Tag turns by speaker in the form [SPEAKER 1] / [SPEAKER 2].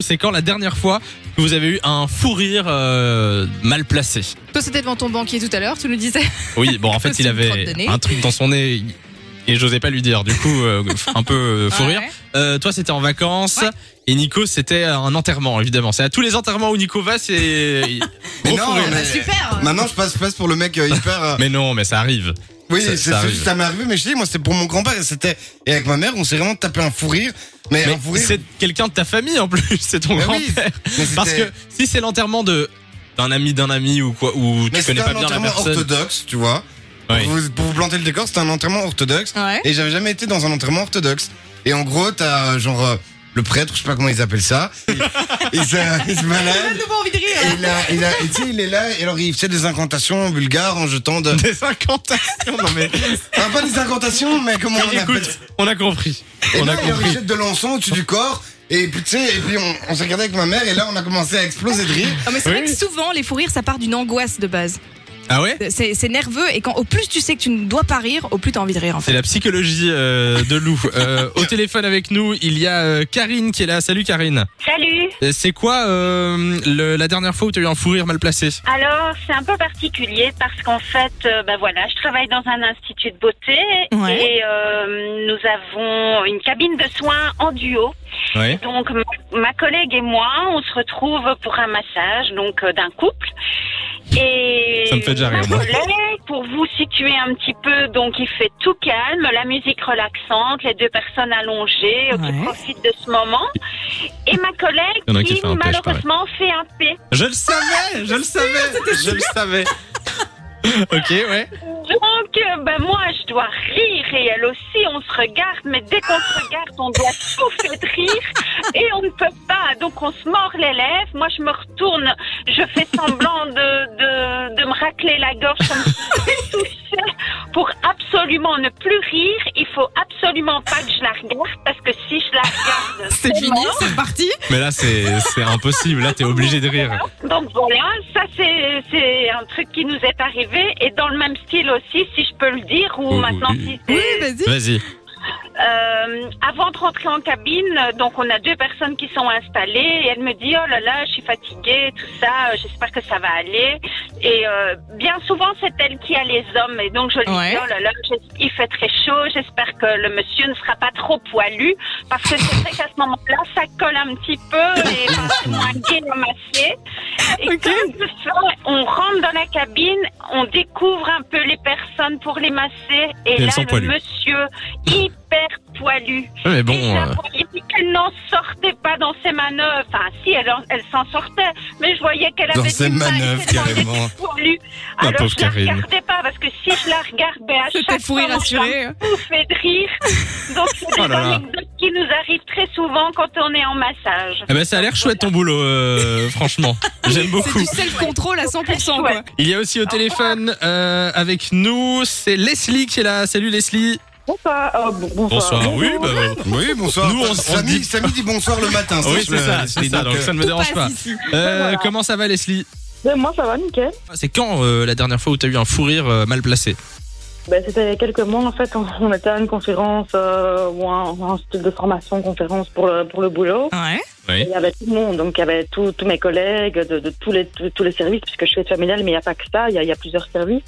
[SPEAKER 1] C'est quand la dernière fois que vous avez eu un fou rire euh, mal placé
[SPEAKER 2] Toi, c'était devant ton banquier tout à l'heure, tu nous disais.
[SPEAKER 1] Oui, bon, en fait,
[SPEAKER 2] C'est
[SPEAKER 1] il
[SPEAKER 2] une crotte
[SPEAKER 1] avait
[SPEAKER 2] de nez.
[SPEAKER 1] un truc dans son nez et j'osais pas lui dire. Du coup, euh, un peu euh, fou
[SPEAKER 2] Ouais,
[SPEAKER 1] rire.
[SPEAKER 2] ouais.
[SPEAKER 1] Euh, toi, c'était en vacances
[SPEAKER 2] Ouais.
[SPEAKER 1] et Nico, c'était un enterrement, évidemment. C'est à tous les enterrements où Nico va, c'est
[SPEAKER 3] Mais
[SPEAKER 1] gros
[SPEAKER 3] non,
[SPEAKER 1] fou rire.
[SPEAKER 3] mais-
[SPEAKER 2] Super
[SPEAKER 3] Maintenant, je passe, je passe pour le mec euh, hyper. euh,
[SPEAKER 1] Mais non, mais ça arrive.
[SPEAKER 3] oui,
[SPEAKER 1] ça-
[SPEAKER 3] c'est
[SPEAKER 1] ça
[SPEAKER 3] ça,
[SPEAKER 1] arrive.
[SPEAKER 3] ça m'est arrivé, mais je dis, moi, c'était pour mon grand-père. Et c'était. Et avec ma mère, on s'est vraiment tapé un fou rire. Mais,
[SPEAKER 1] Mais
[SPEAKER 3] un fou rire.
[SPEAKER 1] c'est quelqu'un de ta famille en plus, c'est ton
[SPEAKER 3] Mais oui,
[SPEAKER 1] grand-père.
[SPEAKER 3] mais c'était-
[SPEAKER 1] Parce que si c'est l'enterrement de d'un ami d'un ami ou quoi, ou
[SPEAKER 3] Mais
[SPEAKER 1] tu
[SPEAKER 3] c'était
[SPEAKER 1] connais
[SPEAKER 3] un
[SPEAKER 1] pas bien la
[SPEAKER 3] enterrement
[SPEAKER 1] personne.
[SPEAKER 3] orthodoxe, tu vois.
[SPEAKER 1] Oui.
[SPEAKER 3] Pour, vous, pour vous planter le décor, c'était un enterrement orthodoxe.
[SPEAKER 2] Ouais.
[SPEAKER 3] Et j'avais jamais été dans un enterrement orthodoxe. Et en gros, t'as euh, genre euh, le prêtre, je sais pas comment ils appellent ça. il, il se- il se
[SPEAKER 2] Donne
[SPEAKER 3] balade.
[SPEAKER 2] nous envie de
[SPEAKER 3] Et
[SPEAKER 2] rire.
[SPEAKER 3] il, a, il, a, et tu sais, il est là, et alors il fait des incantations bulgares en jetant de.
[SPEAKER 1] Des incantations, non mais.
[SPEAKER 3] Enfin, pas des incantations, mais comment on appelle ça
[SPEAKER 1] Écoute, on a compris.
[SPEAKER 3] Et
[SPEAKER 1] On
[SPEAKER 3] là,
[SPEAKER 1] a
[SPEAKER 3] il
[SPEAKER 1] compris.
[SPEAKER 3] jette de l'encens au-dessus du corps. Et puis, tu sais, et puis on, on s'est regardé avec ma mère, et là, on a commencé à exploser de rire.
[SPEAKER 2] Non, mais c'est
[SPEAKER 1] Oui.
[SPEAKER 2] vrai que souvent, les fous rires, ça part d'une angoisse de base.
[SPEAKER 1] Ah ouais
[SPEAKER 2] C'est c'est nerveux et quand au plus tu sais que tu ne dois pas rire, au plus t'as envie de rire en
[SPEAKER 1] C'est
[SPEAKER 2] fait.
[SPEAKER 1] la psychologie euh, de Lou. Euh, au téléphone avec nous, il y a euh, Karine qui est là. Salut Karine.
[SPEAKER 4] Salut.
[SPEAKER 1] Euh, C'est quoi euh, le- la dernière fois où tu as eu un fou rire mal placé
[SPEAKER 4] Alors, c'est un peu particulier parce qu'en fait, euh, ben voilà, je travaille dans un institut de beauté
[SPEAKER 2] Ouais.
[SPEAKER 4] et euh, nous avons une cabine de soins en duo.
[SPEAKER 1] Ouais.
[SPEAKER 4] Donc, m- ma collègue et moi, on se retrouve pour un massage donc euh, d'un couple. Et
[SPEAKER 1] Ça me fait déjà
[SPEAKER 4] ma
[SPEAKER 1] rire, moi.
[SPEAKER 4] collègue, pour vous situer un petit peu, donc il fait tout calme, la musique relaxante, les deux personnes allongées euh, qui
[SPEAKER 2] Ouais.
[SPEAKER 4] profitent de ce moment. Et ma collègue
[SPEAKER 1] Il y en a qui
[SPEAKER 4] qui,
[SPEAKER 1] fait un P, je parie.
[SPEAKER 4] malheureusement fait un P.
[SPEAKER 1] Je le savais, je le savais, je le savais. ok, ouais.
[SPEAKER 4] Donc, euh, ben moi, je dois rire et elle aussi, on se regarde, mais dès qu'on se regarde, on doit souffler de rire et on ne peut pas. Donc, on se mord les lèvres. Moi, je me retourne, je fais semblant de, de, de me racler la gorge comme si je touchais pour absolument ne plus rire. Il faut absolument pas que je la regarde parce que si je la regarde,
[SPEAKER 2] C'est fini, c'est parti.
[SPEAKER 1] Mais là, c'est c'est impossible. Là, t'es obligé de rire.
[SPEAKER 4] Donc voilà, ça c'est c'est un truc qui nous est arrivé et dans le même style aussi, si je peux le dire, ou
[SPEAKER 1] Oh,
[SPEAKER 4] maintenant
[SPEAKER 1] oui.
[SPEAKER 4] si c'est-
[SPEAKER 2] Oui, vas-y.
[SPEAKER 1] Vas-y.
[SPEAKER 4] Euh, avant de rentrer en cabine, euh, donc on a deux personnes qui sont installées et elle me dit oh là là, je suis fatiguée, tout ça, euh, j'espère que ça va aller. Et euh, bien souvent c'est elle qui a les hommes et donc je lui
[SPEAKER 2] Ouais.
[SPEAKER 4] dis oh là là, j'es- il fait très chaud, j'espère que le monsieur ne sera pas trop poilu parce que c'est vrai qu'à ce moment-là ça colle un petit peu et c'est moins gai à masser. Et
[SPEAKER 2] Ok.
[SPEAKER 4] comme tout ça, on rentre dans la cabine, on découvre un peu les personnes pour les masser et,
[SPEAKER 1] elles
[SPEAKER 4] là
[SPEAKER 1] sont
[SPEAKER 4] le
[SPEAKER 1] poilues.
[SPEAKER 4] monsieur hyper poilu.
[SPEAKER 1] Ouais, mais
[SPEAKER 4] Et
[SPEAKER 1] bon,
[SPEAKER 4] la
[SPEAKER 1] euh,
[SPEAKER 4] voyais qu'elle n'en sortait pas dans ses manœuvres. Enfin, si, elle, en- elle s'en sortait, mais je voyais qu'elle avait
[SPEAKER 3] Dans ses
[SPEAKER 4] du mal,
[SPEAKER 3] manœuvres,
[SPEAKER 4] tellement elle était
[SPEAKER 3] carrément.
[SPEAKER 4] poilue.
[SPEAKER 1] La
[SPEAKER 4] Alors,
[SPEAKER 1] Bah, pauvre
[SPEAKER 4] je la
[SPEAKER 1] Karine.
[SPEAKER 4] regardais pas, parce que si je la regardais à
[SPEAKER 2] C'était
[SPEAKER 4] chaque
[SPEAKER 2] fou
[SPEAKER 4] fois,
[SPEAKER 2] rire
[SPEAKER 4] on se
[SPEAKER 2] assuré.
[SPEAKER 4] bouffait de rire. Donc, c'est
[SPEAKER 1] Oh là
[SPEAKER 4] des
[SPEAKER 1] là.
[SPEAKER 4] anecdotes qui nous arrivent très souvent quand on est en massage.
[SPEAKER 1] eh ben, ça a l'air chouette ton boulot, euh, franchement. J'aime
[SPEAKER 2] C'est
[SPEAKER 1] beaucoup.
[SPEAKER 2] du self-control à 100%. Quoi.
[SPEAKER 1] Il y a aussi au téléphone euh, avec nous, c'est Leslie qui est là. Salut Leslie.
[SPEAKER 5] Bonsoir. euh, bon- bonsoir.
[SPEAKER 1] Bonsoir. Oui, bah, bah,
[SPEAKER 3] Oui, bonsoir.
[SPEAKER 1] Nous, on- on
[SPEAKER 3] Samy,
[SPEAKER 1] dit-
[SPEAKER 3] Samy dit bonsoir le matin.
[SPEAKER 1] oui,
[SPEAKER 3] le-
[SPEAKER 1] c'est ça.
[SPEAKER 3] Leslie,
[SPEAKER 1] c'est ça,
[SPEAKER 3] donc,
[SPEAKER 1] donc
[SPEAKER 3] euh,
[SPEAKER 1] ça ne me dérange
[SPEAKER 2] Tout
[SPEAKER 1] pas.
[SPEAKER 2] passe ici.
[SPEAKER 1] Euh,
[SPEAKER 5] Voilà.
[SPEAKER 1] Comment ça va, Leslie
[SPEAKER 5] Euh, Moi, ça va, nickel.
[SPEAKER 1] C'est quand euh, la dernière fois où t'as eu un fou rire euh, mal placé
[SPEAKER 5] Ben, C'était il y a quelques mois, en fait, on, on était à une conférence euh, ou un, un style de formation, conférence pour le, pour le boulot.
[SPEAKER 2] Ouais.
[SPEAKER 5] Et Il y avait tout le monde, donc il y avait tout- tous mes collègues de, de tous, les, tous, tous les services, puisque je suis aide familiale, mais il n'y a pas que ça, il y a, il y a plusieurs services.